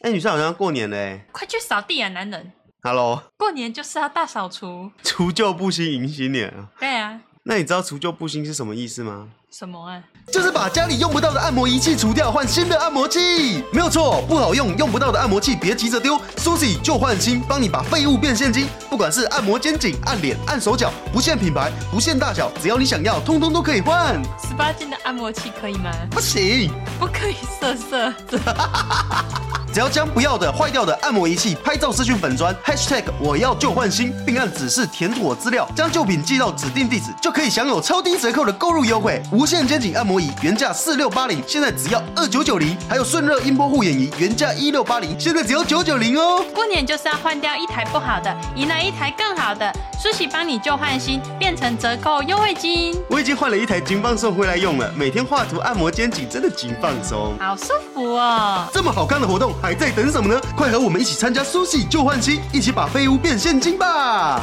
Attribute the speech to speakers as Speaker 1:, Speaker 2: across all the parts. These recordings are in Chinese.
Speaker 1: 哎、女生好像过年了哎
Speaker 2: 快去扫地啊，男人！
Speaker 1: ，Hello，
Speaker 2: 过年就是要大扫除。
Speaker 1: 除旧布新迎新年啊。
Speaker 2: 对啊，
Speaker 1: 那你知道除旧布新是什么意思吗？
Speaker 2: 什么啊？
Speaker 1: 就是把家里用不到的按摩仪器除掉，换新的按摩器。没有错，不好用、用不到的按摩器别急着丢，梳洗就换新，帮你把废物变现金。不管是按摩肩颈、按脸、按手脚，不限品牌，不限大小，只要你想要，通通都可以换。
Speaker 2: 十八禁的按摩器可以吗？
Speaker 1: 不行，
Speaker 2: 不可以色色。
Speaker 1: 只要将不要的、坏掉的按摩仪器拍照私讯粉砖 #hashtag 我要旧换新，并按指示填妥资料，将旧品寄到指定地址，就可以享有超低折扣的购入优惠。无线肩颈按摩仪原价四六八零，现在只要二九九零；还有顺热音波护眼仪原价一六八零，现在只要九九零哦。
Speaker 2: 过年就是要换掉一台不好的，迎来一台更好的。苏喜帮你旧换新，变成折扣优惠金，
Speaker 1: 我已经换了一台金棒送回来用了，每天画图按摩肩颈真的金放松。
Speaker 2: 好舒服哦！
Speaker 1: 这么好看的活动还在等什么呢？快和我们一起参加苏系旧换新，一起把废物变现金吧！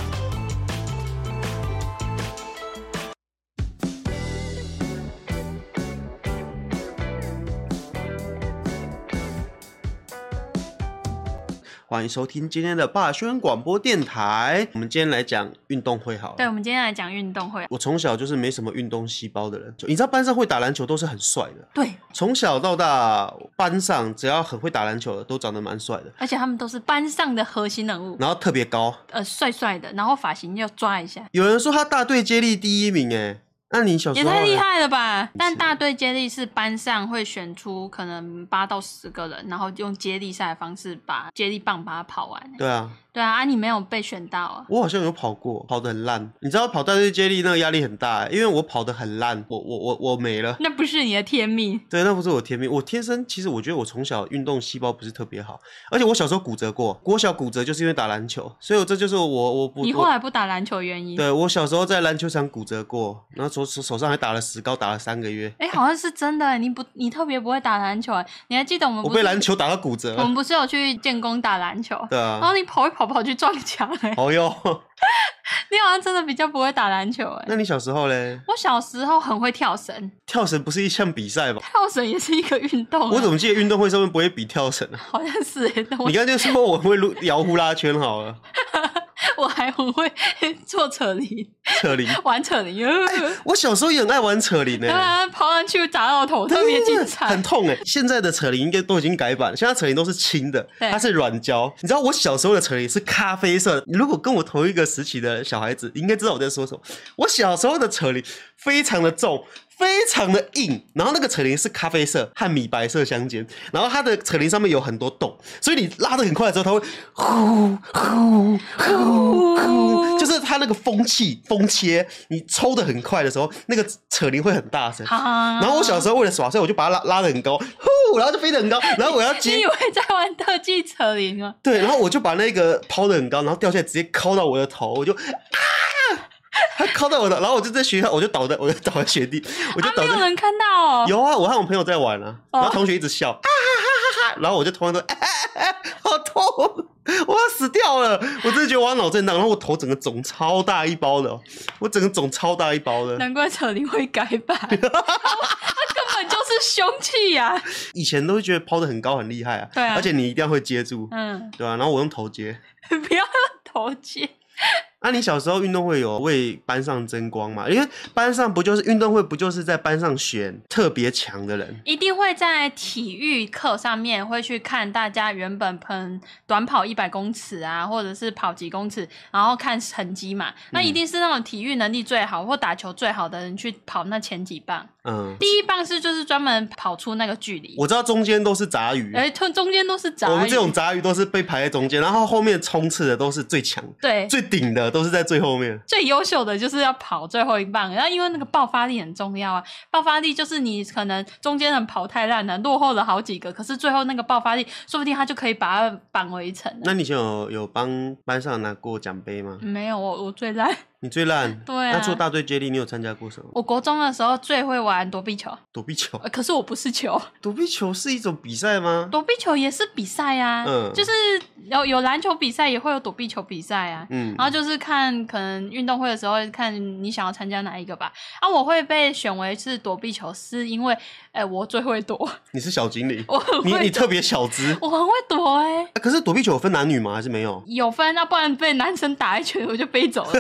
Speaker 1: 欢迎收听今天的霸轩广播电台。我们今天来讲运动会好
Speaker 2: 对，我
Speaker 1: 了。
Speaker 2: 们今天来讲运动会。
Speaker 1: 我从小就是没什么运动细胞的人，就你知道班上会打篮球都是很帅的，
Speaker 2: 对，
Speaker 1: 从小到大，班上只要很会打篮球的，都长得蛮帅的，
Speaker 2: 而且他们都是班上的核心人物，
Speaker 1: 然后特别高。
Speaker 2: 呃，帅帅的，然后发型要抓一下，
Speaker 1: 有人说他大队接力第一名，哎，那你小时
Speaker 2: 也
Speaker 1: 候
Speaker 2: 太厉
Speaker 1: 呢
Speaker 2: 害了吧！但大队接力是班上会选出可能八到十个人，然后用接力赛的方式把接力棒把它跑完。
Speaker 1: 对啊，
Speaker 2: 对啊，啊你没有被选到啊，
Speaker 1: 我好像有跑过，跑得很烂。你知道跑大队接力那个压力很大，欸因为我跑得很烂，我我我我没了。
Speaker 2: 那不是你的天命。
Speaker 1: 对，那不是我天命。我天生其实我觉得我从小运动细胞不是特别好，而且我小时候骨折过，国小骨折就是因为打篮球，所以我这就是我我不
Speaker 2: 你
Speaker 1: 我
Speaker 2: 后来不打篮球原因？
Speaker 1: 对我小时候在篮球场骨折过，然后手手手上还打了石膏，打了三个月。
Speaker 2: 哎、好像是真的欸。你不，你特别不会打篮球欸，你还记得我们
Speaker 1: 我
Speaker 2: 不是
Speaker 1: 被篮球打到骨折
Speaker 2: 我们不是有去建工打篮球，
Speaker 1: 对
Speaker 2: 然
Speaker 1: 啊，
Speaker 2: 后你跑一跑跑去撞墙哎、
Speaker 1: 哦哟，
Speaker 2: 你好像真的比较不会打篮球哎、
Speaker 1: 那你小时候嘞？
Speaker 2: 我小时候很会跳绳，
Speaker 1: 跳绳不是一项比赛吧？
Speaker 2: 跳绳也是一个运动、啊。
Speaker 1: 我怎么记得运动会上面不会比跳绳啊？
Speaker 2: 好像是哎、但我
Speaker 1: 你刚才说我会撸摇呼啦圈好了，
Speaker 2: 我还很会 做扯铃，
Speaker 1: 扯 铃。
Speaker 2: 玩扯铃，
Speaker 1: 我小时候也很爱玩扯铃呢、欸
Speaker 2: 当然跑上去砸到我头，特别精彩
Speaker 1: 很。痛哎、现在的扯铃应该都已经改版，现在扯铃都是轻的，
Speaker 2: 对
Speaker 1: 它是软胶。你知道我小时候的扯铃是咖啡色的，如果跟我同一个时期的小孩子，应该知道我在说什么。我小时候的扯铃非常的重。非常的硬，然后那个扯铃是咖啡色和米白色相间，然后它的扯铃上面有很多洞，所以你拉的很快的时候，它会呼呼呼呼，就是它那个风气风切，你抽的很快的时候，那个扯铃会很大声。
Speaker 2: 然
Speaker 1: 然后我小时候为了耍帅，我就把它拉拉得很高，呼，然后就飞得很高，然后我要
Speaker 2: 你
Speaker 1: 接
Speaker 2: 以，为在玩特技扯铃啊？
Speaker 1: 对，然后我就把那个抛得很高，然后掉下来直接敲到我的头，我就啊，它敲到我的，然后我就在学校，我就倒在，我就倒在雪地，我就
Speaker 2: 啊，
Speaker 1: 倒
Speaker 2: 没
Speaker 1: 在，
Speaker 2: 有人看到哦。
Speaker 1: 有啊，我和我朋友在玩啊，然后
Speaker 2: 哦
Speaker 1: 同学一直笑，啊哈哈哈哈，然后我就突然说， 啊啊啊好痛，我要死掉了，我真的觉得我要脑震荡，然后我头整个肿超大一包的哦，我整个肿超大一包的，
Speaker 2: 难怪扯铃会改 版，它根本就是凶器呀、啊！
Speaker 1: 以前都会觉得抛得很高很厉害啊，
Speaker 2: 对啊
Speaker 1: 而且你一定要会接住，
Speaker 2: 嗯，
Speaker 1: 对啊，然后我用头接。
Speaker 2: 不要投机，
Speaker 1: 那、你小时候运动会有为班上争光嘛？因为班上不就是运动会不就是在班上选特别强的人？
Speaker 2: 一定会在体育课上面会去看大家原本喷短跑一百公尺啊，或者是跑几公尺，然后看成绩
Speaker 1: 嗯
Speaker 2: 嘛。那一定是那种体育能力最好或打球最好的人去跑那前几棒。
Speaker 1: 嗯，
Speaker 2: 第一棒是就是专门跑出那个距离，
Speaker 1: 我知道中间都是杂鱼，
Speaker 2: 哎，突中间都是杂鱼，
Speaker 1: 我们这种杂鱼都是被排在中间，然后后面冲刺的都是最强、
Speaker 2: 对。
Speaker 1: 最顶的，都是在最后面。
Speaker 2: 最优秀的就是要跑最后一棒，然后因为那个爆发力很重要啊，爆发力就是你可能中间人跑太烂了，落后了好几个，可是最后那个爆发力，说不定他就可以把它扳回一城了。
Speaker 1: 那你以前有有帮班上拿过奖杯吗？
Speaker 2: 没有，我我最烂，
Speaker 1: 你最烂。
Speaker 2: 对啊
Speaker 1: 那做大队接力，你有参加过什么？
Speaker 2: 我国中的时候最会玩躲避球，
Speaker 1: 躲避球
Speaker 2: 呃。可是我不 是球，
Speaker 1: 躲避球是一种比赛吗？
Speaker 2: 躲避球也是比赛啊，
Speaker 1: 嗯
Speaker 2: 就是有有篮球比赛，也会有躲避球比赛啊。
Speaker 1: 嗯
Speaker 2: 然后就是看可能运动会的时候，看你想要参加哪一个吧。啊，我会被选为是躲避球，是因为，哎、我最会躲，
Speaker 1: 你是小精灵，
Speaker 2: 我很
Speaker 1: 你
Speaker 2: 会
Speaker 1: 你特别小只、
Speaker 2: 我很会躲哎、？
Speaker 1: 啊可是躲避球有分男女吗？还是没有
Speaker 2: 有分，那不然被男生打一拳我 就飞走了。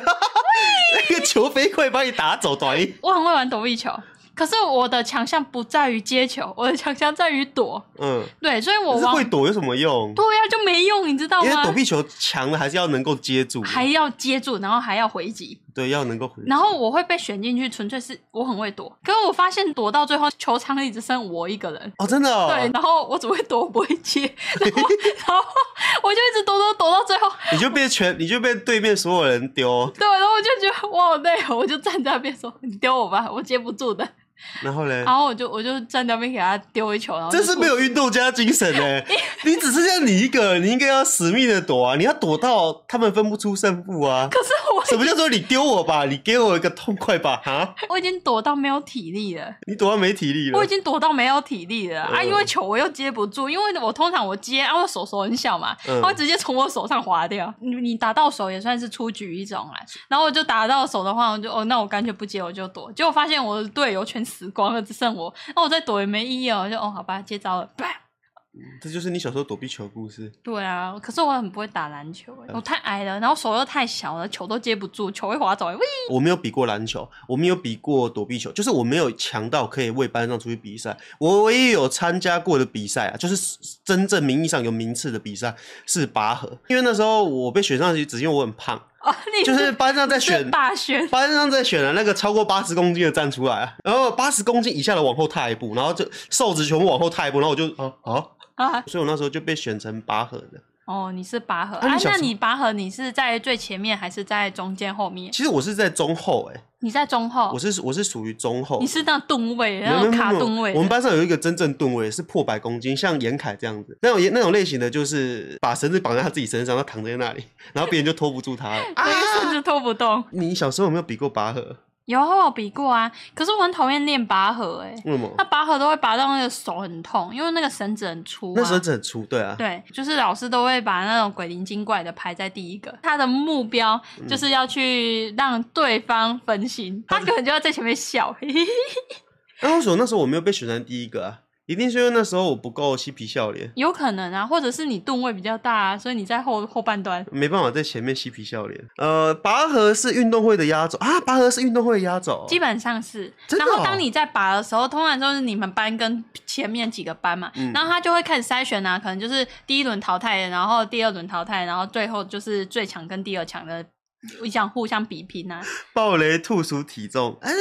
Speaker 1: 那个球飞快把你打走，短一。
Speaker 2: 我很会玩躲避球，可是我的强项不在于接球，我的强项在于躲。
Speaker 1: 嗯，
Speaker 2: 对，所以我
Speaker 1: 可是
Speaker 2: 往
Speaker 1: 会躲有什么用？
Speaker 2: 对呀、就没用，你知道
Speaker 1: 因为
Speaker 2: 吗
Speaker 1: 躲？避球强了还是要能够接住，
Speaker 2: 还要接住，然后还要回击。
Speaker 1: 对，要能够回。
Speaker 2: 然后我会被选进去，纯粹是我很会躲。可是我发现躲到最后，球场里只剩我一个人。
Speaker 1: 哦，真的哦，
Speaker 2: 对，然后我只会躲，我不会 接，然后然后我就一直躲躲躲到最后，
Speaker 1: 你就被全，你就被对面所有人丢，
Speaker 2: 对，然后我就觉得我好累哦，我就站在那边说：“你丢我吧， 我接不住的。”
Speaker 1: 然后嘞，
Speaker 2: 然后我就我就站在那边给他丢一球，然后
Speaker 1: 这是没
Speaker 2: 有
Speaker 1: 有运动家精神哎、你只剩下你一个，你应该要死命的躲啊，你要躲到他们分不出胜负啊。
Speaker 2: 可是
Speaker 1: 什么叫做你丢我吧，你给我一个痛快吧？哈，
Speaker 2: 我我已经躲到没有体力了，
Speaker 1: 你躲到没体力了
Speaker 2: 我已。经躲到没有体力了、啊！
Speaker 1: 嗯
Speaker 2: 因为球我又接不住，因为我通常我接啊，我手手很小嘛，
Speaker 1: 嗯
Speaker 2: 它会直接从我手上滑掉。你你打到手也算是出局一种啦。然后我就打到手的话，我就哦，那我干脆不接，我就躲。结果发现我的队友全死光了，只剩我，那我再躲也没意义哦。我就哦，好吧，接招了，啪
Speaker 1: 这就是你小时候躲避球的故事。
Speaker 2: 对啊，可是我很不会打篮球、欸，
Speaker 1: 嗯
Speaker 2: 我太矮了，然后手又太小了，球都接不住，球会滑走、欸。喂，
Speaker 1: 我没有比过篮球，我没有比过躲避球，就是我没有强到可以为班上出去比赛。我唯一有参加过的比赛啊，就是真正名义上有名次的比赛是拔河，因为那时候我被选上去，只因为我很 胖，
Speaker 2: 哦，你
Speaker 1: 就是班上在
Speaker 2: 是
Speaker 1: 选。
Speaker 2: 霸轩，
Speaker 1: 班上在选了那个超过八十公斤的站出来啊，然后八十公斤以下的往后踏一步，然后就瘦子全部往后踏一步，然后我就啊啊，
Speaker 2: 啊！
Speaker 1: 所以我那时候就被选成拔河的。
Speaker 2: 哦，你是拔河
Speaker 1: 啊
Speaker 2: 啊
Speaker 1: 你小
Speaker 2: 那
Speaker 1: 时候
Speaker 2: 你拔河你是在最前面还是在中间后面？
Speaker 1: 其实我是在中后、欸，
Speaker 2: 你在中后
Speaker 1: 我，是我是属于中后
Speaker 2: 你。是那吨位，
Speaker 1: 没有
Speaker 2: 然后
Speaker 1: 没有
Speaker 2: 卡
Speaker 1: 没有
Speaker 2: 吨位的。
Speaker 1: 我们班上有一个真正吨位是破百公斤，像严凯这样子，那种那种类型的，就是把绳子绑在他自己身上，他躺在那里，然后别人就拖不住他了。啊
Speaker 2: 那个甚至拖不动，
Speaker 1: 你小时候有没有比过拔河？
Speaker 2: 有我有比过啊，可是我很讨厌练拔河哎、欸，
Speaker 1: 为什么
Speaker 2: 他？拔河都会拔到那个手很痛，因为那个绳子很粗、啊。
Speaker 1: 那时候真的很粗，对啊，
Speaker 2: 对，就是老师都会把那种鬼灵精怪的排在第一个，他的目标
Speaker 1: 嗯
Speaker 2: 就是要去让对方分心，他可能就要在前面笑，嘿嘿嘿
Speaker 1: 那为什么那时候我没有被选成第一个啊？一定是因为那时候我不够嬉皮笑脸，
Speaker 2: 有可能啊，或者是你吨位比较大、啊，所以你在后后半段。
Speaker 1: 没办法在前面嬉皮笑脸。呃，拔河是运动会的压轴啊，拔河是运动会的压轴。
Speaker 2: 基本上是，
Speaker 1: 真的
Speaker 2: 然
Speaker 1: 哦
Speaker 2: 后当你在拔的时候，通常都是你们班跟前面几个班嘛，然后他就会开始筛选啊，可能就是第一轮淘汰，然后第二轮淘汰，然后最后就是最强跟第二强的，想互相比拼啊。
Speaker 1: 暴雷兔鼠体重，哎，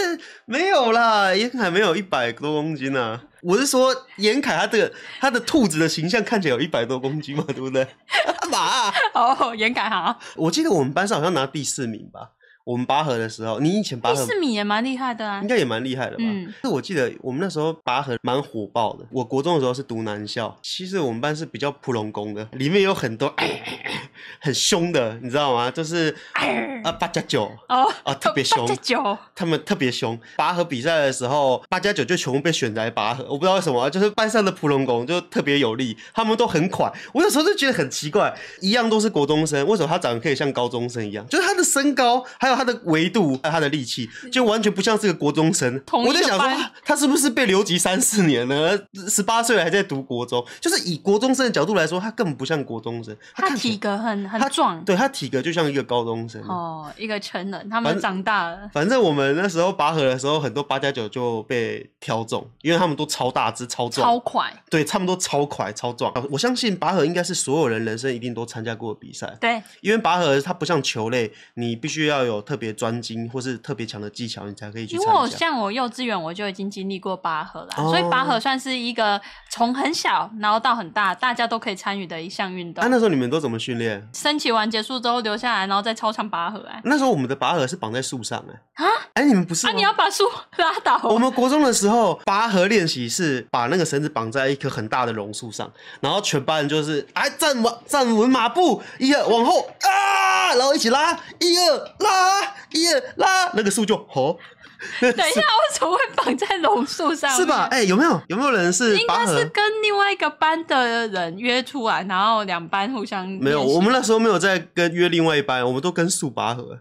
Speaker 1: 没有啦，严凯没有一百多公斤啊。我是说，严凯他这个他的兔子的形象看起来有一百多公斤嘛，对不对？ 干嘛啊、
Speaker 2: 哦，严改好，
Speaker 1: 我记得我们班上好像拿第四名吧。我们拔河的时候，你以前拔
Speaker 2: 第
Speaker 1: 河
Speaker 2: 四名也蛮厉害的啊
Speaker 1: 应。该也蛮厉害的吧？
Speaker 2: 嗯
Speaker 1: 但是我记得我们那时候拔河蛮火爆的。我国中的时候是读男校，其实我们班是比较普龙宫的，里面有很多 很凶的，你知道吗？就是啊八加九
Speaker 2: 哦，
Speaker 1: 啊特别凶
Speaker 2: 八加，九，
Speaker 1: 他们特别凶。拔河比赛的时候，八加九就全部被选来拔河，我不知道为什么，啊就是班上的普龙宫就特别有力，他们都很快。我有时候就觉得很奇怪，一样都是国中生，为什么他长得可以像高中生一样？就是他的身高，还有他的维度，还有他的力气，就完全不像是个国中生。
Speaker 2: 同一个
Speaker 1: 我在想说
Speaker 2: 班
Speaker 1: 啊，他是不是被留级三四年了？十八岁了还在读国中，就是以国中生的角度来说，他根本不像国中生，
Speaker 2: 他
Speaker 1: 看起来
Speaker 2: 体格很很
Speaker 1: 他
Speaker 2: 壮
Speaker 1: 对他体格就像一个高中生。
Speaker 2: 哦，一个成人，他们
Speaker 1: 反正
Speaker 2: 长大 了。
Speaker 1: 反正我们那时候拔河的时候，很多八加九就被挑中，因为他们都超大只、超壮，
Speaker 2: 超快，
Speaker 1: 对，他们都超快、超壮。我相信拔河应该是所有人人生一定都参加过的比赛，
Speaker 2: 对，
Speaker 1: 因为拔河它不像球类，你必须要有特别专精或是特别强的技巧，你才可以去
Speaker 2: 因为我
Speaker 1: 参加。
Speaker 2: 像我幼稚园我就已经经历过拔河啦，
Speaker 1: 哦
Speaker 2: 所以拔河算是一个从很小然后到很大，大家都可以参与的一项运
Speaker 1: 啊，
Speaker 2: 动。
Speaker 1: 那时候你们都怎么训练？
Speaker 2: 升旗完结束之后留下来，然后在操场拔河哎、
Speaker 1: 那时候我们的拔河是绑在树上哎、
Speaker 2: 啊
Speaker 1: 哎、你们不是
Speaker 2: 啊，
Speaker 1: 吗？
Speaker 2: 你要把树拉倒，
Speaker 1: 我们国中的时候，拔河练习是把那个绳子绑在一棵很大的榕树上，然后全班人就是哎站稳站稳马步，一二往后啊，拉，然后一起拉，一二拉，一二拉，那个树就哦吼，等
Speaker 2: 等一下，为什么会绑在榕树上？
Speaker 1: 是吧？？哎、有没有有没有人是
Speaker 2: 应
Speaker 1: 拔
Speaker 2: 该
Speaker 1: 河？
Speaker 2: 是跟另外一个班的人约出来，然后两班互相
Speaker 1: 没有，
Speaker 2: 练习
Speaker 1: 我们那时候没有在跟约另外一班，我们都跟树拔河。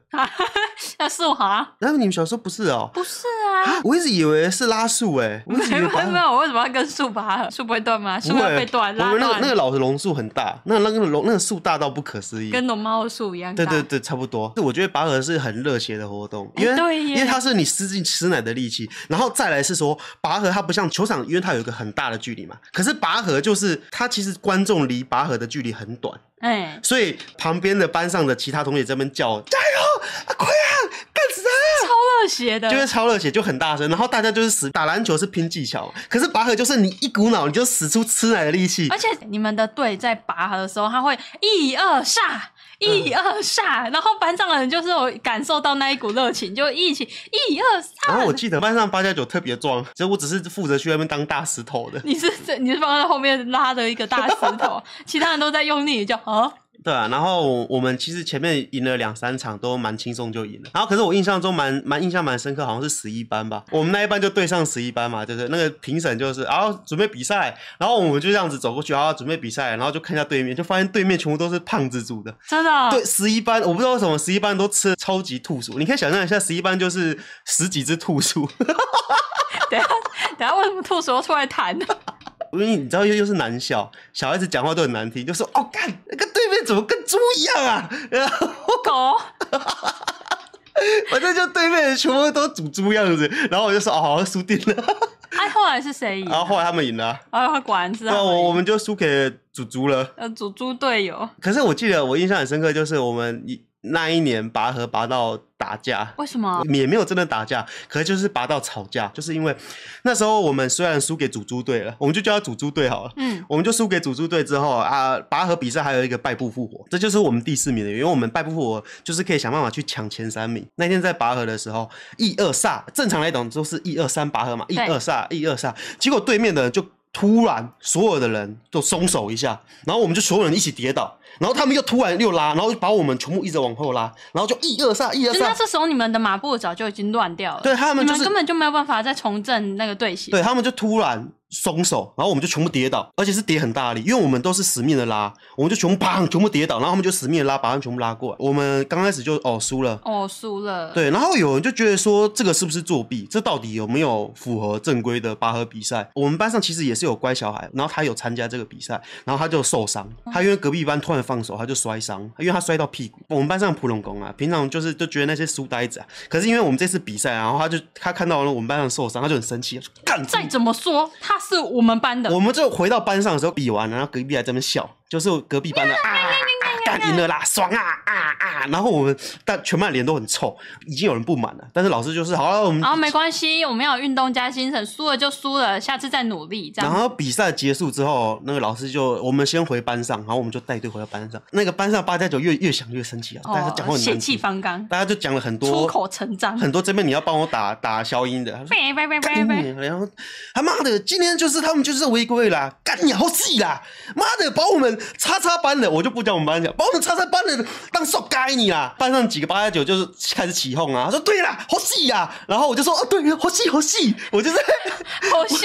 Speaker 2: 那是我啊，
Speaker 1: 然后你们小时候不是哦？
Speaker 2: 不是啊。
Speaker 1: 啊，我一直以为是拉树哎、我一直
Speaker 2: 没
Speaker 1: 以为
Speaker 2: 有
Speaker 1: 拔
Speaker 2: 没
Speaker 1: 河。
Speaker 2: 有，我为什么要跟树拔河？树不会断吗？树
Speaker 1: 不会
Speaker 2: 要被断，
Speaker 1: 我
Speaker 2: 拉
Speaker 1: 们那
Speaker 2: 断，
Speaker 1: 个那个老的榕树很大，那那个榕那个树大到不可思议。
Speaker 2: 跟农猫树一样大。
Speaker 1: 对对对，差不多。我觉得拔河是很热血的活动，因为、
Speaker 2: 哎对耶
Speaker 1: 因为它是你使尽吃奶的力气，然后再来是说拔河它不像球场，因为它有一个很大的距离嘛。可是拔河就是它其实观众离拔河的距离很短，
Speaker 2: 哎，
Speaker 1: 所以旁边的班上的其他同学在那边叫加油，啊、快啊，干死他！
Speaker 2: 超热血的
Speaker 1: 就。会超热血，就很大声，然后大家就是使打篮球是拼技巧，可是拔河就是你一股脑你就使出吃奶的力气
Speaker 2: 而，且你们的队在拔河的时候，他会一二煞，
Speaker 1: 嗯
Speaker 2: 一二煞，然后班上的人就是有感受到那一股热情，就一起一二
Speaker 1: 然后我
Speaker 2: 煞。
Speaker 1: 记得班上八加九特别壮，所以我只是负责去外面当大石头的，
Speaker 2: 你是你是放在后面拉的一个大石 头，其他人都在用力就哦，
Speaker 1: 对啊。然后我我们其实前面赢了两三场都蛮轻松就赢了，然后可是我印象中蛮蛮印象蛮深刻，好像是十一班吧，我们那一班就对上十一班嘛，就是那个评审就是然后准备比赛，然后我们就这样子走过去，然后准备比赛，然后就看一下对面，就发现对面全部都是胖子组的，
Speaker 2: 真的
Speaker 1: 对，十一班我不知道为什么十一班都吃得超级兔鼠，你可以想象一下，十一班就是十几只兔鼠，
Speaker 2: 等一下，等一下，为什么兔舌出 来弹呢？
Speaker 1: 因为你知道又又是男校，小孩子讲话都很难听，就说哦干，那个对面怎么跟猪一样啊？ 然后
Speaker 2: 狗，
Speaker 1: 反正就对面全部都煮猪样子，然后我就说哦，好像输定 了，
Speaker 2: 哎、后来是谁赢？
Speaker 1: 然后后来他们赢了啊、
Speaker 2: 哎、果然是
Speaker 1: 对
Speaker 2: 他
Speaker 1: 啊，
Speaker 2: 们
Speaker 1: 我我
Speaker 2: 赢。
Speaker 1: 们就输给祖猪了。
Speaker 2: 呃，猪猪队友，
Speaker 1: 可是我记得我印象很深刻，就是我们一那一年拔河拔到打架，
Speaker 2: 为什么？
Speaker 1: 也没有真的打架，可是就是拔到吵架，就是因为那时候我们虽然输给主猪队了，我们就叫他主猪队好了。
Speaker 2: 嗯，
Speaker 1: 我们就输给主猪队之后啊，拔河比赛还有一个败部复活，这就是我们第四名的原因。因为我们败部复活就是可以想办法去抢前三名。那天在拔河的时候，一二煞，正常来讲都是一二三拔河嘛，一
Speaker 2: 对
Speaker 1: 二煞，一二煞。结果对面的人就突然所有的人都松手一下，然后我们就所有人一起跌倒，然后他们又突然又拉，然后就把我们全部一直往后拉，然后就一二煞，一二
Speaker 2: 就那
Speaker 1: 煞。
Speaker 2: 这时候你们的马步早就已经乱掉了，
Speaker 1: 对他们就
Speaker 2: 你
Speaker 1: 是
Speaker 2: 们根本就没有办法再重振那个队形。
Speaker 1: 对他们就突然松手，然后我们就全部跌倒，而且是跌很大力，因为我们都是死命的拉，我们就全部砰，全部跌倒，然后他们就死命的拉，把他们全部拉过来。我们刚开始就哦输了。
Speaker 2: 哦，输了。，
Speaker 1: 对，然后有人就觉得说这个是不是作弊？这到底有没有符合正规的拔河比赛？我们班上其实也是有乖小孩，然后他有参加这个比赛，然后他就受伤，他因为隔壁班突然放手，他就摔伤，因为他摔到屁股。我们班上普龙工啊，平常就是就觉得那些书呆子啊，可是因为我们这次比赛啊，然后他就他看到了我们班上受伤，他就很生气，他说干
Speaker 2: 再怎么说他是我们班的，
Speaker 1: 我们就回到班上的时候比完了，然后隔壁还在那边笑，就是隔壁班的啊，干赢了啦，爽啊啊啊！然后我们但全班脸都很臭，已经有人不满了，但是老师就是好了，我们
Speaker 2: 然后没关系，我们要有运动家精神，输了就输了，下次再努力，这
Speaker 1: 然
Speaker 2: 样。
Speaker 1: 后比赛结束之后，那个老师就我们先回班上，然后我们就带队回到班上。那个班上八加九越越想越生气啊，大家讲话
Speaker 2: 哦，
Speaker 1: 很
Speaker 2: 血
Speaker 1: 难
Speaker 2: 气
Speaker 1: 听，
Speaker 2: 方刚，
Speaker 1: 大家就讲了很
Speaker 2: 出
Speaker 1: 多
Speaker 2: 口成章。
Speaker 1: 很多这边你要帮我打打消音的，他说
Speaker 2: 拜拜拜拜
Speaker 1: 干
Speaker 2: 拜！
Speaker 1: 你！然后哎他妈的，今天就是他们就是违规啦，干你好戏啦！妈的，把我们叉叉班的，我就不讲我们班讲，把我们叉叉班的当受该你啦！班上几个八加九就是开始起哄啊，说对啦，好戏呀！然后我就说哦，对，好戏好戏，我就在
Speaker 2: 好戏，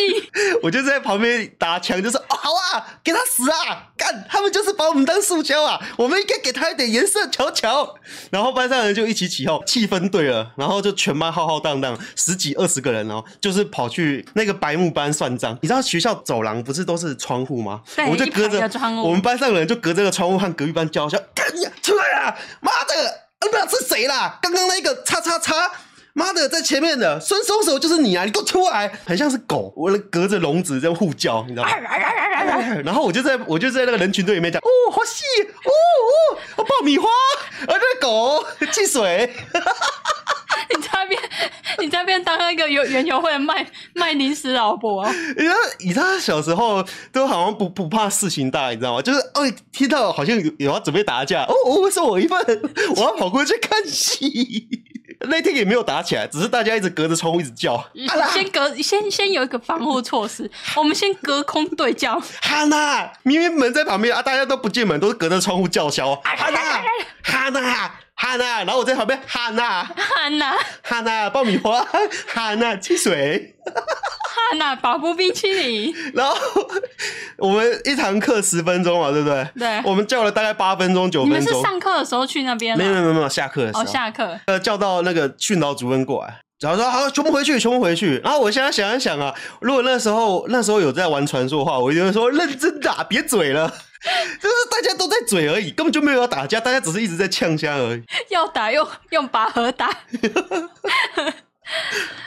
Speaker 1: 我就在旁边打枪，就说哦好啊，给他死啊！干，他们就是把我们当塑胶啊，我们应该给他一点颜色瞧瞧。然后班上人就一起起哄，气氛对了，然后就全班浩浩荡荡，十几二十个人哦，就是跑去那个白木班算账。你知道学校走廊不是都是窗户吗？
Speaker 2: 对
Speaker 1: 我们就
Speaker 2: 一排
Speaker 1: 隔着
Speaker 2: 的窗户
Speaker 1: 我们班上的人就隔着个窗户和隔壁班叫嚣：“干你出来啊！妈的，那是谁啦？刚刚那个叉叉叉。”妈的，在前面的孙松手就是你啊！你给我出来，很像是狗，我隔着笼子在互叫，你知道
Speaker 2: 哎
Speaker 1: 吗？然后我就在我就在那个人群队里面讲，哦，好细，哦哦，爆米花，啊，这狗汽水，
Speaker 2: 你在那边，你在那边当那个游园游会的卖卖零食老 伯哦、
Speaker 1: 你知道，你知道小时候都好像不不怕事情大，你知道吗？就是哦，听到好像有有要准备打架，哦哦，送我一份，我要跑过去看戏。 那天也没有打起来，只是大家一直隔着窗户一直 叫啊啦
Speaker 2: 先隔先先有一个防护措 施，我们先隔空对叫，
Speaker 1: 哈娜，明明门在旁边啊，大家都不进门，都是隔着窗户叫嚣哈
Speaker 2: 啊
Speaker 1: 娜，哈娜，哈娜，然后我在旁边哈娜，
Speaker 2: 汉娜
Speaker 1: 哈娜爆米花，哈娜汽水，
Speaker 2: 汉娜保护冰淇淋，
Speaker 1: 然后我们一堂课十分钟嘛，对不对？
Speaker 2: 对
Speaker 1: 我们叫了大概八分钟九
Speaker 2: 你们
Speaker 1: 分
Speaker 2: 是
Speaker 1: 钟，
Speaker 2: 上课的时候去那边
Speaker 1: 没有没
Speaker 2: 了？
Speaker 1: 有没有没有下课的时候，
Speaker 2: 哦，下课
Speaker 1: 呃，叫到那个训导主任过来，然后说好，全部回去，全部回去。然后我现在想一想啊，如果那时候那时候有在玩传说的话，我一定会说认真打，别嘴了， 就是大家都在嘴而已，根本就没有要打架，大家只是一直在呛虾而已。
Speaker 2: 要打用用拔河打，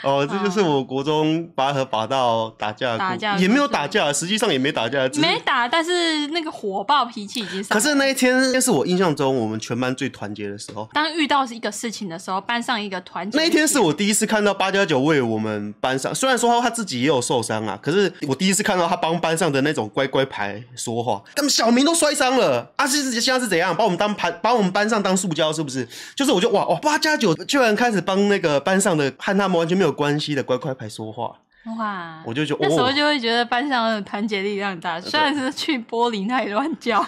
Speaker 1: 哦，这就是我国中拔河拔到打架的故，
Speaker 2: 打架的
Speaker 1: 也没有
Speaker 2: 故事
Speaker 1: 打架，实际上也没打架，只是
Speaker 2: 没打，但是那个火爆脾气已经上
Speaker 1: 可
Speaker 2: 来。
Speaker 1: 是那一天是我印象中我们全班最团结的时候。
Speaker 2: 当遇到一个事情的时候，班上一个团结的
Speaker 1: 那一天是
Speaker 2: 气氛
Speaker 1: 我第一次看到八加九为我们班上，虽然说他自己也有受伤啊，可是我第一次看到他帮班上的那种乖乖牌说话。他们小明都摔伤了，啊，是是现在是怎样？把我们当盘，把我们班上当塑胶是不是？就是我就哇哇八加九居然开始帮那个班上的和他们完全没有关系的乖乖牌说话，
Speaker 2: 哇，
Speaker 1: 我就觉得
Speaker 2: 那时候
Speaker 1: 哦，
Speaker 2: 就会觉得班上的团结力量很大，虽然是去玻璃那里乱 叫，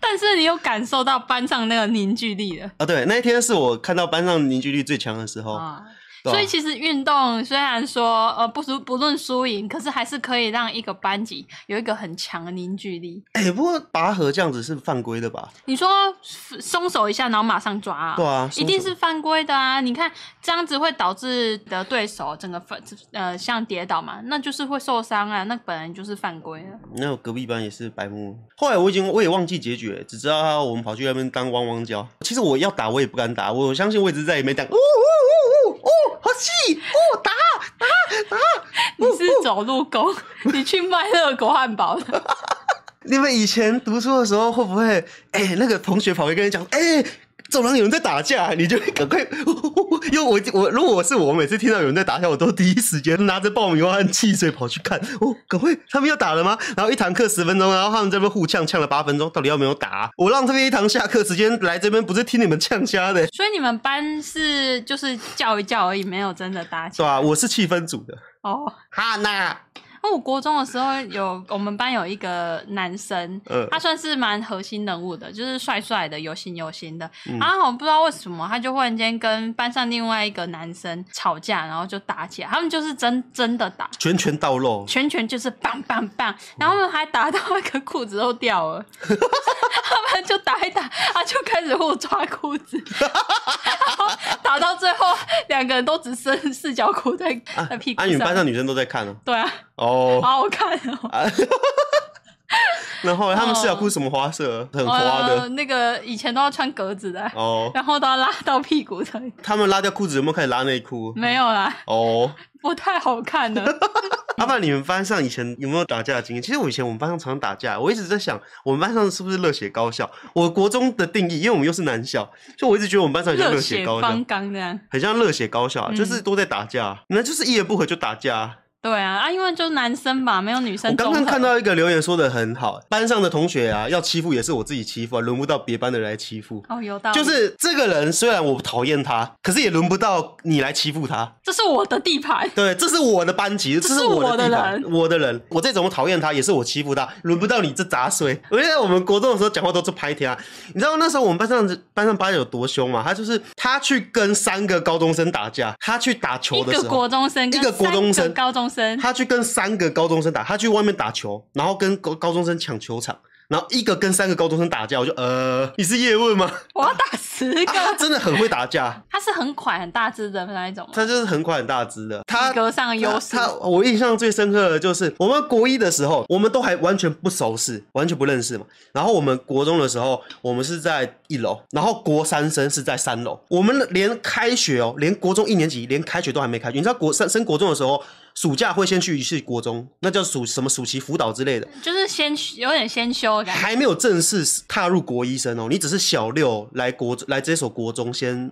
Speaker 2: 但是你有感受到班上那个凝聚力了
Speaker 1: 啊对，那一天是我看到班上凝聚力最强的时候，
Speaker 2: 啊。
Speaker 1: 哦对
Speaker 2: 所以
Speaker 1: 吧
Speaker 2: 其实运动虽然说呃不输不论输赢，可是还是可以让一个班级有一个很强的凝聚力。
Speaker 1: 哎、不过拔河这样子是犯规的吧？
Speaker 2: 你说松手一下，然后马上抓、啊
Speaker 1: 对啊，
Speaker 2: 一定
Speaker 1: 松手
Speaker 2: 是犯规的啊！你看这样子会导致你的对手整个分呃像跌倒嘛，那就是会受伤啊，那本来就是犯规啊了。
Speaker 1: 那我隔壁班也是白目，后来我已经我也忘记结局了，只知道他我们跑去那边当汪汪叫。其实我要打我也不敢打，我相信我一直在里面讲，呜呜呜呜呜，好气，哦打打打！
Speaker 2: 你是走路工，你去卖热狗汉堡的，
Speaker 1: 你们以前读书的时候会不会，哎、那个同学跑会跟你讲，哎、走廊有人在打架，你就会赶快，呜呜呜因为我我如果我是我，我每次听到有人在打架，我都第一时间拿着爆米花和汽水跑去看，哦，赶快，他们要打了吗？然后一堂课十分钟，然后他们这边互呛呛了八分钟，到底要没有打啊、我让这边一堂下课时间来这边，不是听你们呛瞎的、
Speaker 2: 所以你们班是就是叫一叫而已，没有真的打
Speaker 1: 是
Speaker 2: 起来
Speaker 1: 吧、我是气氛组的，
Speaker 2: 哦。
Speaker 1: 哈娜，
Speaker 2: 那我国中的时候有我们班有一个男生，
Speaker 1: 呃，
Speaker 2: 他算是蛮核心人物的，就是帅帅的，有型有型的。
Speaker 1: 嗯
Speaker 2: 然后我不知道为什么，他就忽然间跟班上另外一个男生吵架，然后就打起来。他们就是真真的打，
Speaker 1: 拳拳到 肉，
Speaker 2: 拳拳就是棒棒棒，然后他们还打到那个裤子都掉了。他们就打一打，他就开始互抓裤子，然后打到最后两个人都只剩四角裤在
Speaker 1: 啊
Speaker 2: 在屁，股
Speaker 1: 啊，你
Speaker 2: 上。
Speaker 1: 们班上女生都在看哦，
Speaker 2: 对啊，
Speaker 1: 哦，
Speaker 2: 好好看哦。
Speaker 1: 啊，然后他们四角裤是什么花色？很花
Speaker 2: 呃
Speaker 1: 的
Speaker 2: 那个以前都要穿格子的，
Speaker 1: 哦。
Speaker 2: 然后都要拉到屁股才
Speaker 1: 他们拉掉裤子有没有开始拉内裤？
Speaker 2: 没有啦，
Speaker 1: 哦，
Speaker 2: 不太好看的。
Speaker 1: 阿爸，你们班上以前有没有打架的经验？其实我以前我们班上常打架，我一直在想，我们班上是不是热血高校？我国中的定义，因为我们又是男校，所以我一直觉得我们班上 很像热
Speaker 2: 热
Speaker 1: 血嗯
Speaker 2: 血
Speaker 1: 高校
Speaker 2: 方，刚这样。
Speaker 1: 很像热血高校，啊就是都在打架，那就是一言不合就打架。
Speaker 2: 对啊，啊，因为就是男生嘛，没有女
Speaker 1: 我
Speaker 2: 生
Speaker 1: 刚
Speaker 2: 综合。
Speaker 1: 刚看到一个留言说的很好，班上的同学啊，要欺负也是我自己欺负啊，轮不到别班的人来欺负。
Speaker 2: 哦，有道理，
Speaker 1: 就是这个人，虽然我讨厌他，可是也轮不到你来欺负他。
Speaker 2: 这是我的地盘，
Speaker 1: 对，这是我的班级，这
Speaker 2: 这是
Speaker 1: 我的
Speaker 2: 我的
Speaker 1: 地盘
Speaker 2: 人
Speaker 1: 我的人，我再怎么讨厌他，也是我欺负他，轮不到你这杂碎。 我记得我们国中的时候讲话都是拍天啊，你知道那时候我们班上班上八九有多凶吗？他就是他去跟三个高中生打架，他去打
Speaker 2: 一
Speaker 1: 球的
Speaker 2: 个
Speaker 1: 时候。
Speaker 2: 国中生跟
Speaker 1: 一个国中生
Speaker 2: 三个高中生，
Speaker 1: 他去跟三个高中生打，他去外面打球，然后跟高高中生抢球场，然后一个跟三个高中生打架，我就呃，你是叶问吗？
Speaker 2: 我要打十
Speaker 1: 啊
Speaker 2: 个。
Speaker 1: 他真的很会打架，
Speaker 2: 他是很快很大只的那一种吗，
Speaker 1: 他就是很宽很大只的，他
Speaker 2: 体格上的优势
Speaker 1: 他。他我印象最深刻的就是我们国一的时候，我们都还完全不熟识，完全不认识嘛。然后我们国中的时候，我们是在一楼，然后国三生是在三楼。我们连开学哦，连国中一年级连开学都还没开学。你知道国三升国中的时候，暑假会先去一次国中，那叫暑什么暑期辅导之类的。
Speaker 2: 就是先有点先修的感觉。
Speaker 1: 还没有正式踏入国一生哦，你只是小六来国来这所国中先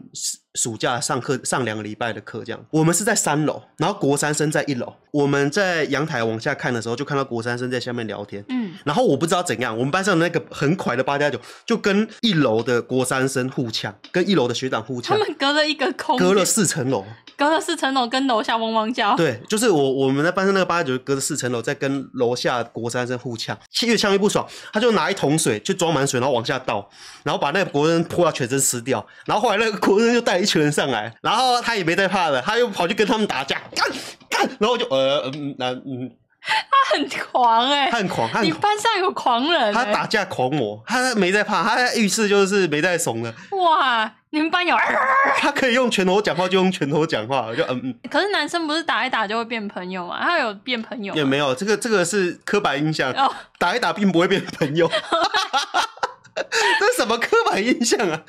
Speaker 1: 暑假上课上两个礼拜的课这样。我们是在三楼，然后国三生在一楼。我们在阳台往下看的时候，就看到国三生在下面聊天。
Speaker 2: 嗯，
Speaker 1: 然后我不知道怎样，我们班上的那个很快的八加九就跟一楼的国三生互呛，跟一楼的学长互
Speaker 2: 他
Speaker 1: 呛，
Speaker 2: 们隔了一个空间，
Speaker 1: 隔了四层楼。
Speaker 2: 隔了四层楼跟楼下汪汪 叫，
Speaker 1: 对，就是我我们在班上那个八加九隔着四层楼，在跟楼下国三生互呛，越呛越不爽，他就拿一桶水就装满水，然后往下倒，然后把那个国生泼到全身湿掉。然后后来那个国生就带一群人上来，然后他也没在怕了，他又跑去跟他们打架，干干，然后我就呃嗯那嗯，
Speaker 2: 他很狂哎、
Speaker 1: 他很狂，他很
Speaker 2: 你
Speaker 1: 狂。
Speaker 2: 班上有狂人、
Speaker 1: 他
Speaker 2: 欸，
Speaker 1: 打架狂魔，他没在怕，他在遇事就是没在怂了。
Speaker 2: 哇，你们班有、
Speaker 1: 他可以用拳头讲话就用拳头讲话，我就嗯嗯，
Speaker 2: 可是男生不是打一打就会变朋友吗？他有变朋友
Speaker 1: 也
Speaker 2: 吗？
Speaker 1: 没有，这个这个是刻板印象，
Speaker 2: 哦，
Speaker 1: 打一打并不会变朋友。 这是什么刻板印象啊？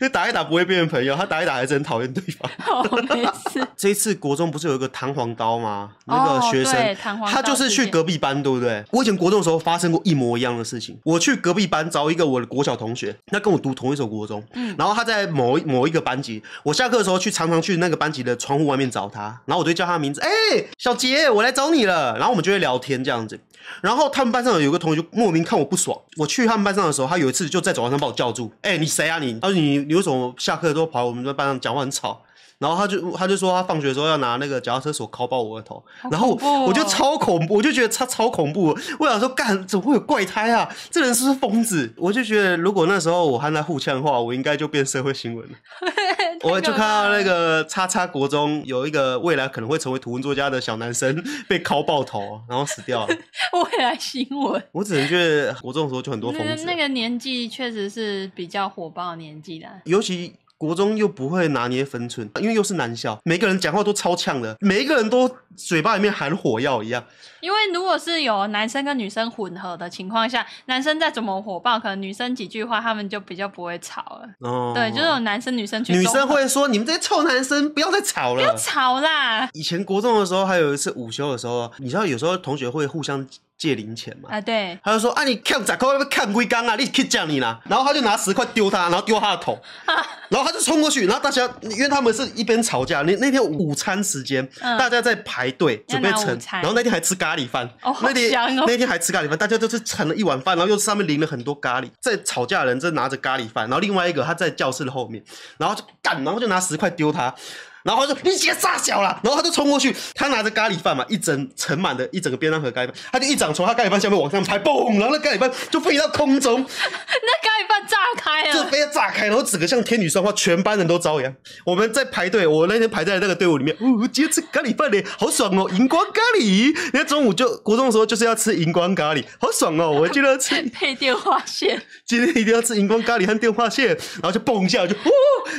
Speaker 1: 这打一打不会变朋友，他打一打还是很讨厌对方。
Speaker 2: 好，哦没事。
Speaker 1: 这一次国中不是有一个弹簧刀吗？ 那个学生、
Speaker 2: 哦、对弹簧
Speaker 1: 他
Speaker 2: 刀
Speaker 1: 就是
Speaker 2: 事
Speaker 1: 去
Speaker 2: 件
Speaker 1: 隔壁班，对不对？我以前国中的时候发生过一模一样的事情。我去隔壁班找一个我的国小同学，那跟我读同一所国中，
Speaker 2: 嗯
Speaker 1: 然后他在某一某一个班级，我下课的时候去常常去那个班级的窗户外面找他，然后我就叫他的名字，哎、小杰，我来找你了。然后我们就会聊天这样子。然后他们班上有一个同学就莫名看我不爽，我去他们班上的时候，他有一次就在走廊上把我叫住，哎、你谁啊你？他说你你为什么下课都跑来我们班上讲话很吵？然后他就他就说他放学的时候要拿那个脚踏车锁铐爆我的头，
Speaker 2: 好
Speaker 1: 然后
Speaker 2: 恐怖
Speaker 1: 我就
Speaker 2: 哦
Speaker 1: 超恐怖，我就觉得他超恐怖。我想说，干怎么会有怪胎啊？这人是不是疯子？我就觉得，如果那时候我和他互呛的话，我应该就变社会新 闻了。我就看到那个叉叉国中有一个未来可能会成为图文作家的小男生被敲爆头，然后死掉了。
Speaker 2: 未来新闻。
Speaker 1: 我只能觉得国中的时候就很多啊
Speaker 2: 那
Speaker 1: 疯
Speaker 2: 个
Speaker 1: 子，
Speaker 2: 那个年纪确实是比较火爆的年纪的，
Speaker 1: 尤其。国中又不会拿捏分寸，因为又是男校，每个人讲话都超呛的，每一个人都嘴巴里面含火药一样。
Speaker 2: 因为如果是有男生跟女生混合的情况下，男生再怎么火爆，可能女生几句话他们就比较不会吵了。
Speaker 1: 哦，
Speaker 2: 对，就是有男生女生去
Speaker 1: 女
Speaker 2: 综合
Speaker 1: 生会说：“你们这些臭男生，不要再吵了。”
Speaker 2: 吵啦
Speaker 1: 以前国中的时候，还有一次午休的时候，你知道有时候同学会互相借零钱嘛？
Speaker 2: 啊，对，
Speaker 1: 他就说：“啊，你看咋扣，看龟缸啊，你去讲你啦。”然后他就拿十块丢他，然后丢他的头，
Speaker 2: 啊
Speaker 1: 然后他就冲过去，然后大家因为他们是一边吵架，那那天午餐时间，
Speaker 2: 嗯
Speaker 1: 大家在排队准备
Speaker 2: 要拿午
Speaker 1: 盛，
Speaker 2: 餐
Speaker 1: 然后那天还吃咖喱饭，
Speaker 2: 哦好
Speaker 1: 那天
Speaker 2: 香哦
Speaker 1: 那天还吃咖喱饭，大家都是盛了一碗饭，然后又上面淋了很多咖喱，在吵架的人正拿着咖喱饭，然后另外一个他在教室的后面，然后就干，然后就拿十块丢他。然后他就你姐傻小啦，然后他就冲过去，他拿着咖喱饭嘛，一整盛满的一整个便当盒咖喱饭，他就一掌从他咖喱饭下面往上拍，嘣，然后那咖喱饭就飞到空中，
Speaker 2: 那咖喱饭炸开
Speaker 1: 就
Speaker 2: 了，
Speaker 1: 被炸开，然后整个像天女散花，全班人都遭殃。我们在排队，我那天排在那个队伍里面，哦，今天吃咖喱饭嘞，好爽哦，荧光咖喱。人家中午就国中的时候就是要吃荧光咖喱，好爽哦，我今天要 吃，
Speaker 2: 配电话线，
Speaker 1: 今天一定要吃荧光咖喱和电话线，然后就蹦一下就哦，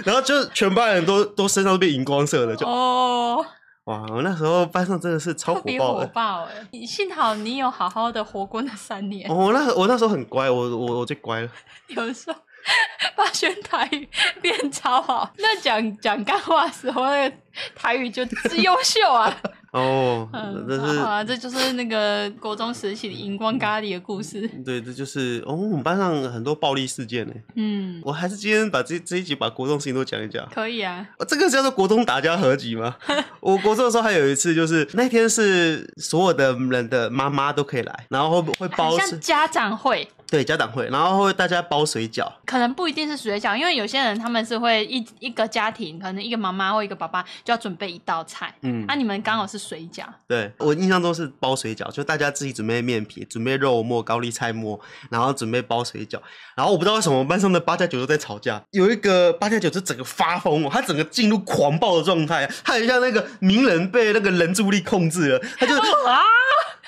Speaker 1: 然后就全班人都都身上都变荧光色的，就
Speaker 2: 哦，
Speaker 1: 哇，我那时候班上真的是超
Speaker 2: 特
Speaker 1: 火
Speaker 2: 别
Speaker 1: 爆
Speaker 2: 火
Speaker 1: 的。
Speaker 2: 爆哎！你幸好你有好好的活过那三年。
Speaker 1: 哦，我那我那时候很乖，我我我最乖了。
Speaker 2: 有的时候把宣台语变超好，那讲讲干话的时候，那个台语就之优秀 啊！
Speaker 1: 哦，
Speaker 2: 嗯，
Speaker 1: 但
Speaker 2: 好
Speaker 1: 是
Speaker 2: 好啊，这就是那个国中时期的荧光咖喱的故事。
Speaker 1: 对，这就是哦，我们班上很多暴力事件呢。
Speaker 2: 嗯，
Speaker 1: 我还是今天把这这一集把国中事情都讲一讲。呃
Speaker 2: 可以啊。
Speaker 1: 这个叫做国中打架合集吗？ 我国中的时候还有一次，就是那天是所有的人的妈妈都可以来，然后会会
Speaker 2: 很
Speaker 1: 包水
Speaker 2: 像家长会，
Speaker 1: 对家长会，然后会大家包水饺。
Speaker 2: 可能不一定是水饺，因为有些人他们是会一一个家庭，可能一个妈妈或一个爸爸就要准备一道菜，
Speaker 1: 嗯
Speaker 2: 啊，，你们刚好是水饺，
Speaker 1: 对我印象中是包水饺，就大家自己准备面皮、准备肉末、高丽菜末，然后准备包水饺。然后我不知道为什么班上的八加九都在吵架，有一个八加九就整个发疯哦，他整个进入狂暴的状态，啊他很像那个名人被那个人助力控制了，他就
Speaker 2: 啊，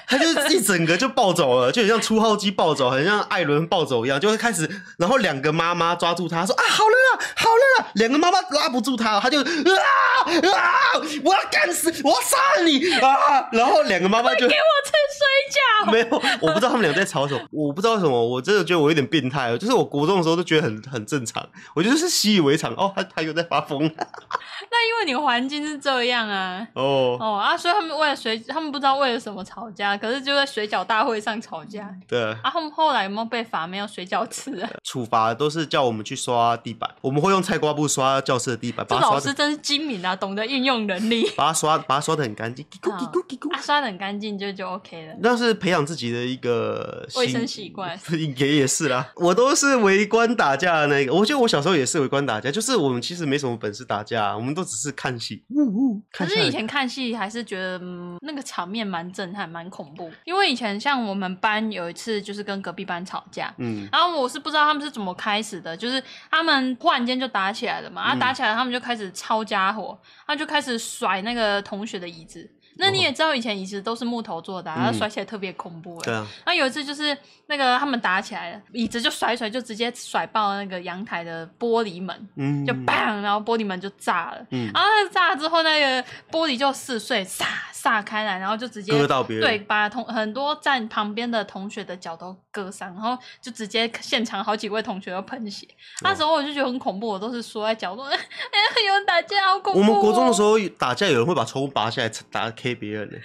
Speaker 1: 他就是一整个就暴走了，就很像出号机暴走，很像艾伦暴走一样，就会开始，然后两个妈妈抓住他说啊，好了啦，好了啦，两个妈妈拉不住他，他就啊啊，我要干死，我要杀了你啊，然后两个妈妈就
Speaker 2: 给我吃水饺，
Speaker 1: 没有，我不知道他们俩在吵什么，我不知道为什么，我真的觉得我有点变态哦，就是我国中的时候都觉得很很正常，我就是习以为常，哦，他他又在发疯
Speaker 2: 那因为你环境是这样啊，
Speaker 1: 哦。
Speaker 2: 哦啊，所以他们为了水，他们不知道为了什么吵架，可是就在水饺大会上吵架。
Speaker 1: 对，
Speaker 2: 啊，后后来有没有被罚没有水饺吃啊？
Speaker 1: 处罚都是叫我们去刷地板，我们会用菜瓜布刷教室的地板，
Speaker 2: 这
Speaker 1: 把它
Speaker 2: 老
Speaker 1: 刷
Speaker 2: 师
Speaker 1: 的，
Speaker 2: 真是精明啊，懂得运用能力，
Speaker 1: 把它刷，把它刷的很干净，叽咕
Speaker 2: 啊
Speaker 1: 叽咕叽咕。
Speaker 2: 啊，刷的很干净就就 OK 了。
Speaker 1: 那是培养自己的一个
Speaker 2: 卫
Speaker 1: 习
Speaker 2: 生习惯，
Speaker 1: 也也是啦。我都是围观打架的那个，我觉得我小时候也是围观打架，就是我们其实没什么本事打架，我们都只是看戏，呜呜，
Speaker 2: 可
Speaker 1: 看下
Speaker 2: 是以
Speaker 1: 来。
Speaker 2: 前看戏还是觉得、嗯、那个场面蛮震撼、蛮恐怖，因为以前像我们班有一次就是跟隔壁班吵架，
Speaker 1: 嗯，
Speaker 2: 然后我是不知道他们是怎么开始的，就是他们忽然间就打起来了嘛，啊
Speaker 1: 嗯
Speaker 2: 打起来他们就开始抄家伙，他就开始甩那个同学的椅子。那你也知道以前椅子都是木头做的、啊，
Speaker 1: 哦嗯
Speaker 2: 然后甩起来特别恐怖哎、
Speaker 1: 对啊，
Speaker 2: 那有一次就是那个他们打起来了，椅子就甩一甩，就直接甩爆那个阳台的玻璃门，
Speaker 1: 嗯，
Speaker 2: 就砰，然后玻璃门就炸了。
Speaker 1: 嗯
Speaker 2: 然后它炸了之后，那个玻璃就撕碎，撒撒开来，然后就直接
Speaker 1: 割到别人
Speaker 2: 对，把同很多站旁边的同学的脚都割伤，然后就直接现场好几位同学都喷血。
Speaker 1: 哦
Speaker 2: 那时候我就觉得很恐怖，我都是缩在角落， 哎，有人打架，好恐怖、
Speaker 1: 我
Speaker 2: 哦
Speaker 1: 们国中的时
Speaker 2: 候，
Speaker 1: 候打架，有人会把窗户拔下来打 K 别人呢、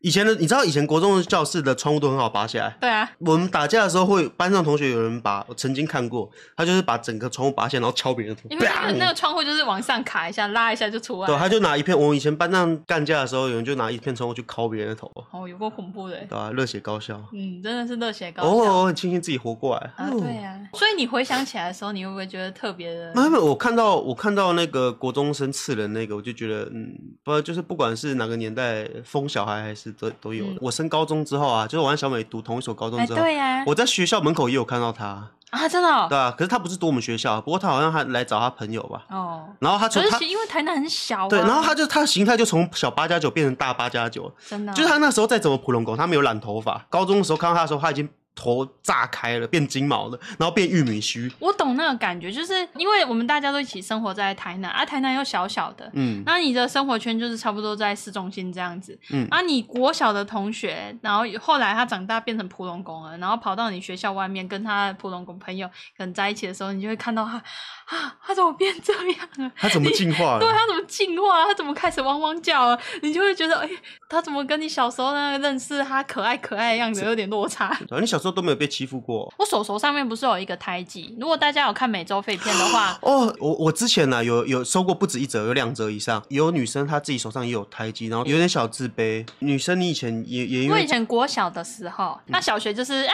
Speaker 1: 以前的你知道，以前国中的教室的窗户都很好拔下来。
Speaker 2: 对啊，
Speaker 1: 我们打架的时候会，班上同学有人把，我曾经看过，他就是把整个窗户拔下来，然后敲别人的头，
Speaker 2: 因为那个
Speaker 1: 砰
Speaker 2: 那个窗户就是往上卡一下，拉一下就出来
Speaker 1: 对，啊
Speaker 2: 了。
Speaker 1: 他就拿一片，我们以前班上干架的时候，有人就拿一片窗户去敲别人的头，
Speaker 2: 哦，有够恐怖的，
Speaker 1: 对吧、热血高校，
Speaker 2: 嗯，真的是热血高
Speaker 1: 偶尔
Speaker 2: 校。
Speaker 1: 我很庆幸自己活过来。
Speaker 2: 啊，对啊，所以你回想起来的时候，你会不会觉得特别的？
Speaker 1: 哦
Speaker 2: 哎
Speaker 1: 没有，没有，我看到我看到那个国中生刺人那个，我就觉得，嗯，不，就是不管是哪个年代，疯小孩还是都都有的。
Speaker 2: 嗯
Speaker 1: 我升高中之后啊，就是我和小美读同一所高中
Speaker 2: 哎，
Speaker 1: 之后，
Speaker 2: 对呀、
Speaker 1: 我在学校门口也有看到他，
Speaker 2: 啊，真的哦、
Speaker 1: 对啊，可是他不是读我们学校，不过他好像还来找他朋友吧，
Speaker 2: 哦，
Speaker 1: 然后他
Speaker 2: 可
Speaker 1: 从
Speaker 2: 是
Speaker 1: 他
Speaker 2: 其因为台南很小、啊，
Speaker 1: 对，然后他就他的形态就从小八加九变成大八加九，
Speaker 2: 真的啊、
Speaker 1: 就是他那时候再怎么普龙狗，他没有染头发。高中的时候看到他的时候，他已经头炸开了，变金毛了，然后变玉米须。
Speaker 2: 我懂那个感觉，就是因为我们大家都一起生活在台南，啊，台南又小小的，
Speaker 1: 嗯，
Speaker 2: 那你的生活圈就是差不多在市中心这样子，
Speaker 1: 嗯
Speaker 2: 啊，你国小的同学，然后后来他长大变成普龙宫了，然后跑到你学校外面跟他的普龙宫朋友可能在一起的时候，你就会看到他， 啊，他怎么变这样 了？
Speaker 1: 他怎么进化
Speaker 2: 对啊
Speaker 1: 了？
Speaker 2: 他怎么进化？他怎么开始汪汪叫了？你就会觉得，哎、他怎么跟你小时候那个认识他可爱可爱的样子有点落差？
Speaker 1: 对啊，你小时候都没有被欺负过，
Speaker 2: 我手手上面不是有一个胎记？如果大家有看每周废片的话
Speaker 1: 哦。我我之前呢、有有收过不止一折，有两折以上。有女生她自己手上也有胎记，然后有点小自卑。女生你以前也也因
Speaker 2: 我以
Speaker 1: 为嗯
Speaker 2: 前国小的时候，那小学就是哎、大家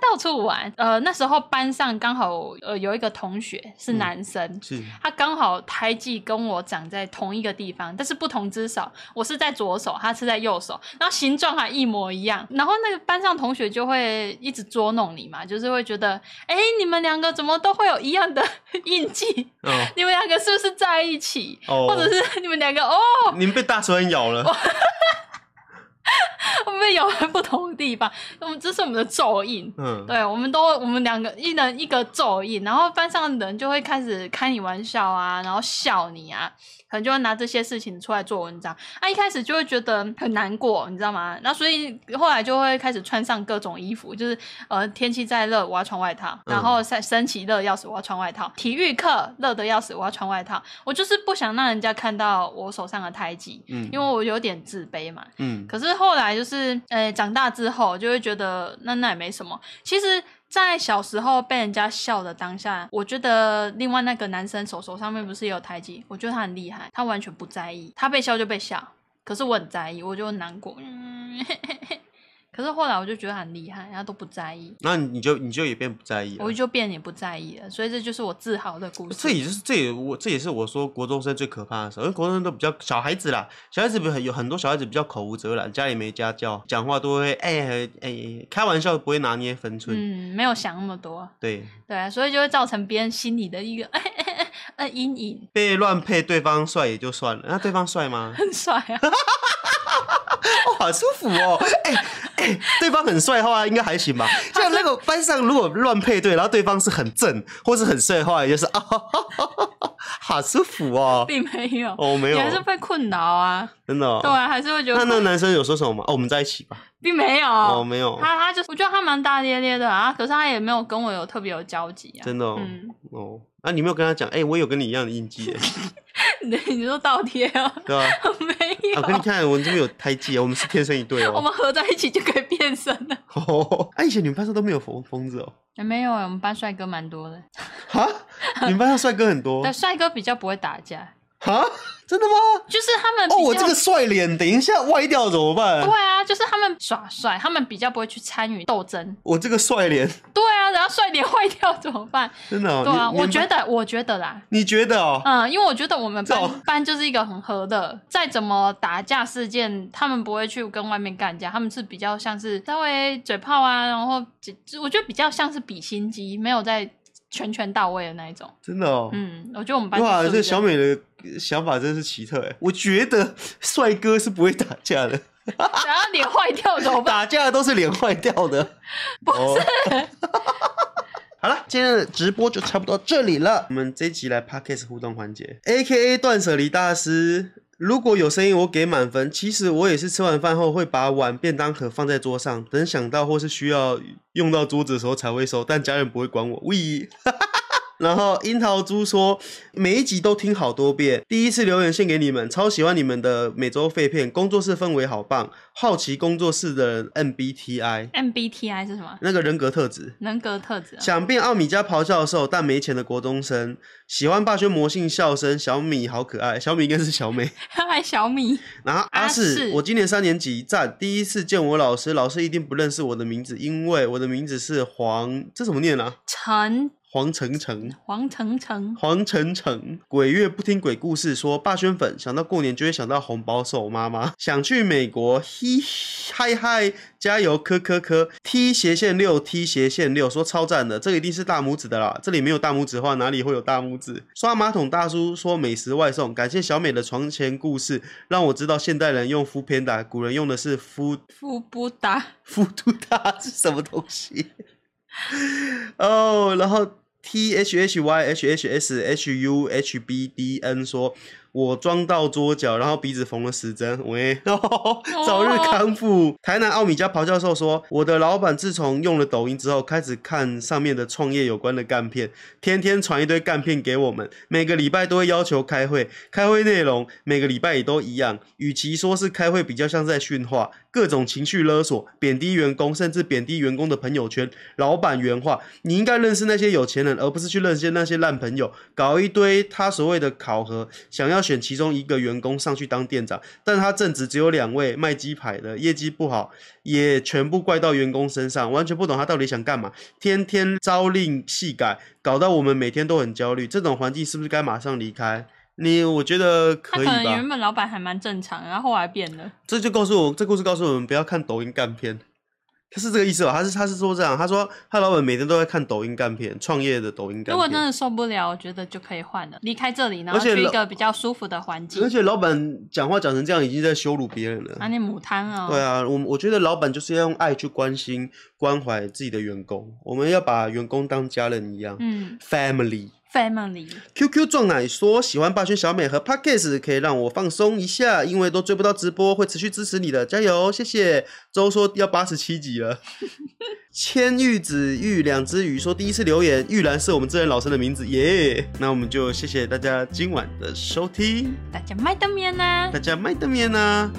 Speaker 2: 大家到处玩。呃，那时候班上刚好呃有一个同学是
Speaker 1: 嗯
Speaker 2: 男生。
Speaker 1: 是
Speaker 2: 他刚好胎记跟我长在同一个地方，但是不同只手，我是在左手，他是在右手，然后形状还一模一样。然后那个班上同学就会一直捉弄你嘛，就是会觉得，哎、你们两个怎么都会有一样的 印记？
Speaker 1: 哦
Speaker 2: 你们两个是不是在一起？
Speaker 1: 哦，
Speaker 2: 或者是 你们两个哦，
Speaker 1: 你们被大蛇丸咬了，
Speaker 2: 会不会有 不同的地方？我们这是我们的咒印。
Speaker 1: 嗯，
Speaker 2: 对，我们都我们两个一人一个咒印，然后班上的人就会开始开你玩笑啊，然后笑你啊，可能就会拿这些事情出来做文章。啊，一开始就会觉得很难过，你知道吗？那所以后来就会开始穿上各种衣服，就是呃天气再热我要穿外套，然后升升旗热得要死我要穿外套，体育课热得要死我要穿外套。我就是不想让人家看到我手上的胎记，
Speaker 1: 嗯
Speaker 2: 因为我有点自卑嘛。
Speaker 1: 嗯，
Speaker 2: 可是后来就是，呃，长大之后就会觉得那那也没什么。其实，在小时候被人家笑的当下，我觉得另外那个男生手手上面不是也有胎记，我觉得他很厉害，他完全不在意，他被笑就被笑，可是我很在意，我就很难过。 嗯，可是后来我就觉得他很厉害，他都不在意，
Speaker 1: 那你就你就也变不在意了
Speaker 2: 我。就变也不在意了，所以这就是我自豪的故
Speaker 1: 哦这
Speaker 2: 事。
Speaker 1: 也就是这也我这也是我说国中生最可怕的时候，因为国中生都比较小孩子啦，小孩子比有很多小孩子比较口无遮拦，家里没家教，讲话都会哎哎、开玩笑不会拿捏分寸，
Speaker 2: 嗯，没有想那么多，
Speaker 1: 对，
Speaker 2: 对啊，所以就会造成别人心里的一个 呃阴影，？
Speaker 1: 被乱配对方帅也就算了，那对方帅吗
Speaker 2: 很帅啊。
Speaker 1: 哦，好舒服哦，哎、哎、对方很帅的话应该还行吧，像那个班上如果乱配对，然后对方是很正或是很帅的话，也就是啊、 好舒服哦，
Speaker 2: 并没有，
Speaker 1: 哦没有
Speaker 2: 你还是会困扰啊，
Speaker 1: 真的、哦，
Speaker 2: 对啊，还是会觉
Speaker 1: 那
Speaker 2: 得
Speaker 1: 那个男生有说什么吗？哦，我们在一起吧？
Speaker 2: 并没有，
Speaker 1: 哦，没有。
Speaker 2: 他他就是，我觉得他蛮大咧咧的啊，可是他也没有跟我有特别有交集啊，
Speaker 1: 真的哦，
Speaker 2: 嗯，
Speaker 1: 哦，那、你没有跟他讲，哎、我有跟你一样的印记耶，
Speaker 2: 你你说倒贴啊？
Speaker 1: 对吧、啊？
Speaker 2: 没有，
Speaker 1: 我跟你看，我们这边有胎记啊，我们是天生一对
Speaker 2: 我
Speaker 1: 哦。
Speaker 2: 们合在一起就可以变身了。
Speaker 1: 哦，啊，以前你们班上都没有疯疯子哦？
Speaker 2: 没有，欸我们班帅哥蛮多的，
Speaker 1: 哈， 你们班上帅哥很多
Speaker 2: 但？帅哥比较不会打架，
Speaker 1: 哈，真的吗？
Speaker 2: 就是他们比
Speaker 1: 哦，
Speaker 2: 较
Speaker 1: 我这个帅脸，等一下歪掉怎么办
Speaker 2: 对？啊，就是他们耍帅，他们比较不会去参与斗争。
Speaker 1: 我这个帅脸，
Speaker 2: 对啊，然后帅脸坏掉怎么办？
Speaker 1: 真的、哦，
Speaker 2: 对啊，
Speaker 1: 你你
Speaker 2: 我
Speaker 1: 们班
Speaker 2: 觉得，我觉得啦，
Speaker 1: 你觉得 哦？
Speaker 2: 嗯，因为我觉得我们
Speaker 1: 这
Speaker 2: 班
Speaker 1: 种
Speaker 2: 班就是一个很和的，再怎么打架事件，他们不会去跟外面干架，他们是比较像是稍微嘴炮啊，然后就就我觉得比较像是比心机，没有在拳拳到位的那一种。
Speaker 1: 真的哦。
Speaker 2: 嗯，我觉得我们班
Speaker 1: 哇，
Speaker 2: 是
Speaker 1: 这
Speaker 2: 这
Speaker 1: 小
Speaker 2: 样
Speaker 1: 美的想法真是奇特哎！我觉得帅哥是不会打架的，
Speaker 2: 然后啊脸坏掉怎么办？
Speaker 1: 打架的都是脸坏掉的。
Speaker 2: 不是
Speaker 1: 哦 好了，今天的直播就差不多到这里了。我们这一集来 podcast 互动环节，A K A 断舍离大师。如果有声音，我给满分。其实我也是吃完饭后会把碗、便当盒放在桌上，等想到或是需要用到桌子的时候才会收，但家人不会管我。喂。 然后樱桃猪说，每一集都听好多遍，第一次留言献给你们，超喜欢你们的每周废片，工作室氛围好棒，好奇工作室的 MBTI
Speaker 2: MBTI 是什么？
Speaker 1: 那个人格特质。
Speaker 2: 人格特质、啊。
Speaker 1: 想变奥米加咆哮兽，但没钱的国中生，喜欢霸轩魔性笑声，小米好可爱，小米应该是小美。
Speaker 2: 爱小米，
Speaker 1: 然后阿
Speaker 2: 阿
Speaker 1: 四，
Speaker 2: 四
Speaker 1: 我今年三年级，赞！第一次见我老师，老师一定不认识我的名字，因为我的名字是黄，这怎么念啊？
Speaker 2: 陈
Speaker 1: 黄澄澄。
Speaker 2: 黄澄澄，
Speaker 1: 黄澄澄，鬼月不听鬼故事说，霸轩粉想到过年就会想到红包手妈妈，想去美国，嘻嗨嗨，加油，科科科，T 斜线六 T 斜线六，说超赞的，这个一定是大拇指的啦，这里没有大拇指的话，哪里会有大拇指？刷马桶大叔说美食外送，感谢小美的床前故事，让我知道现代人用 f o o p a n d a 古人用的是 food
Speaker 2: 富不达，
Speaker 1: 复读它是什么东西？ 哦、然后 T H H Y H H S H U H B D N 说，我撞到桌角，然后鼻子缝了十针，喂， 早日康复。台南奥米加咆教授说，我的老板自从用了抖音之后，开始看上面的创业有关的干片，天天传一堆干片给我们，每个礼拜都会要求开会，开会内容每个礼拜也都一样。与其说是开会，比较像在训话，各种情绪勒索、贬低员工，甚至贬低员工的朋友圈。老板原话：你应该认识那些有钱人，而不是去认识那些烂朋友。搞一堆他所谓的考核，想要选其中一个员工上去当店长，但他正职只有两位，卖鸡排的，业绩不好，也全部怪到员工身上，完全不懂他到底想干嘛。天天朝令夕改，搞到我们每天都很焦虑。这种环境是不是该马上离开？你我觉得
Speaker 2: 他
Speaker 1: 可
Speaker 2: 可
Speaker 1: 以
Speaker 2: 能
Speaker 1: 吧
Speaker 2: 原。本老板还蛮正常，然后后来变了。
Speaker 1: 这就告诉我，这故事告诉我们不要看抖音干片，他是这个意思吧？他是他是说这样，他说他老板每天都在看抖音干片，创业的抖音干
Speaker 2: 如果真
Speaker 1: 片。
Speaker 2: 的受不了，我觉得就可以换了，离开这里，然后
Speaker 1: 而且
Speaker 2: 去一
Speaker 1: 老
Speaker 2: 个比较舒服的环
Speaker 1: 而
Speaker 2: 境。
Speaker 1: 且老板讲话讲成这样，已经在羞辱别人了
Speaker 2: 啊，。你母汤哦，
Speaker 1: 对啊，我我觉得老板就是要用爱去关心、关怀自己的员工，我们要把员工当家人一样、
Speaker 2: 嗯
Speaker 1: f a m i l y
Speaker 2: ，family，
Speaker 1: QQ 撞奶说喜欢霸轩小美和 Podcast 可以让我放松一下，因为都追不到直播，会持续支持你的，加油，谢谢。周说要八十七集了。千玉子玉两只鱼说第一次留言，玉兰是我们自然老师的名字耶。那我们就谢谢大家今晚的收听，
Speaker 2: 大家麦当面呢
Speaker 1: 大？家麦当面呢、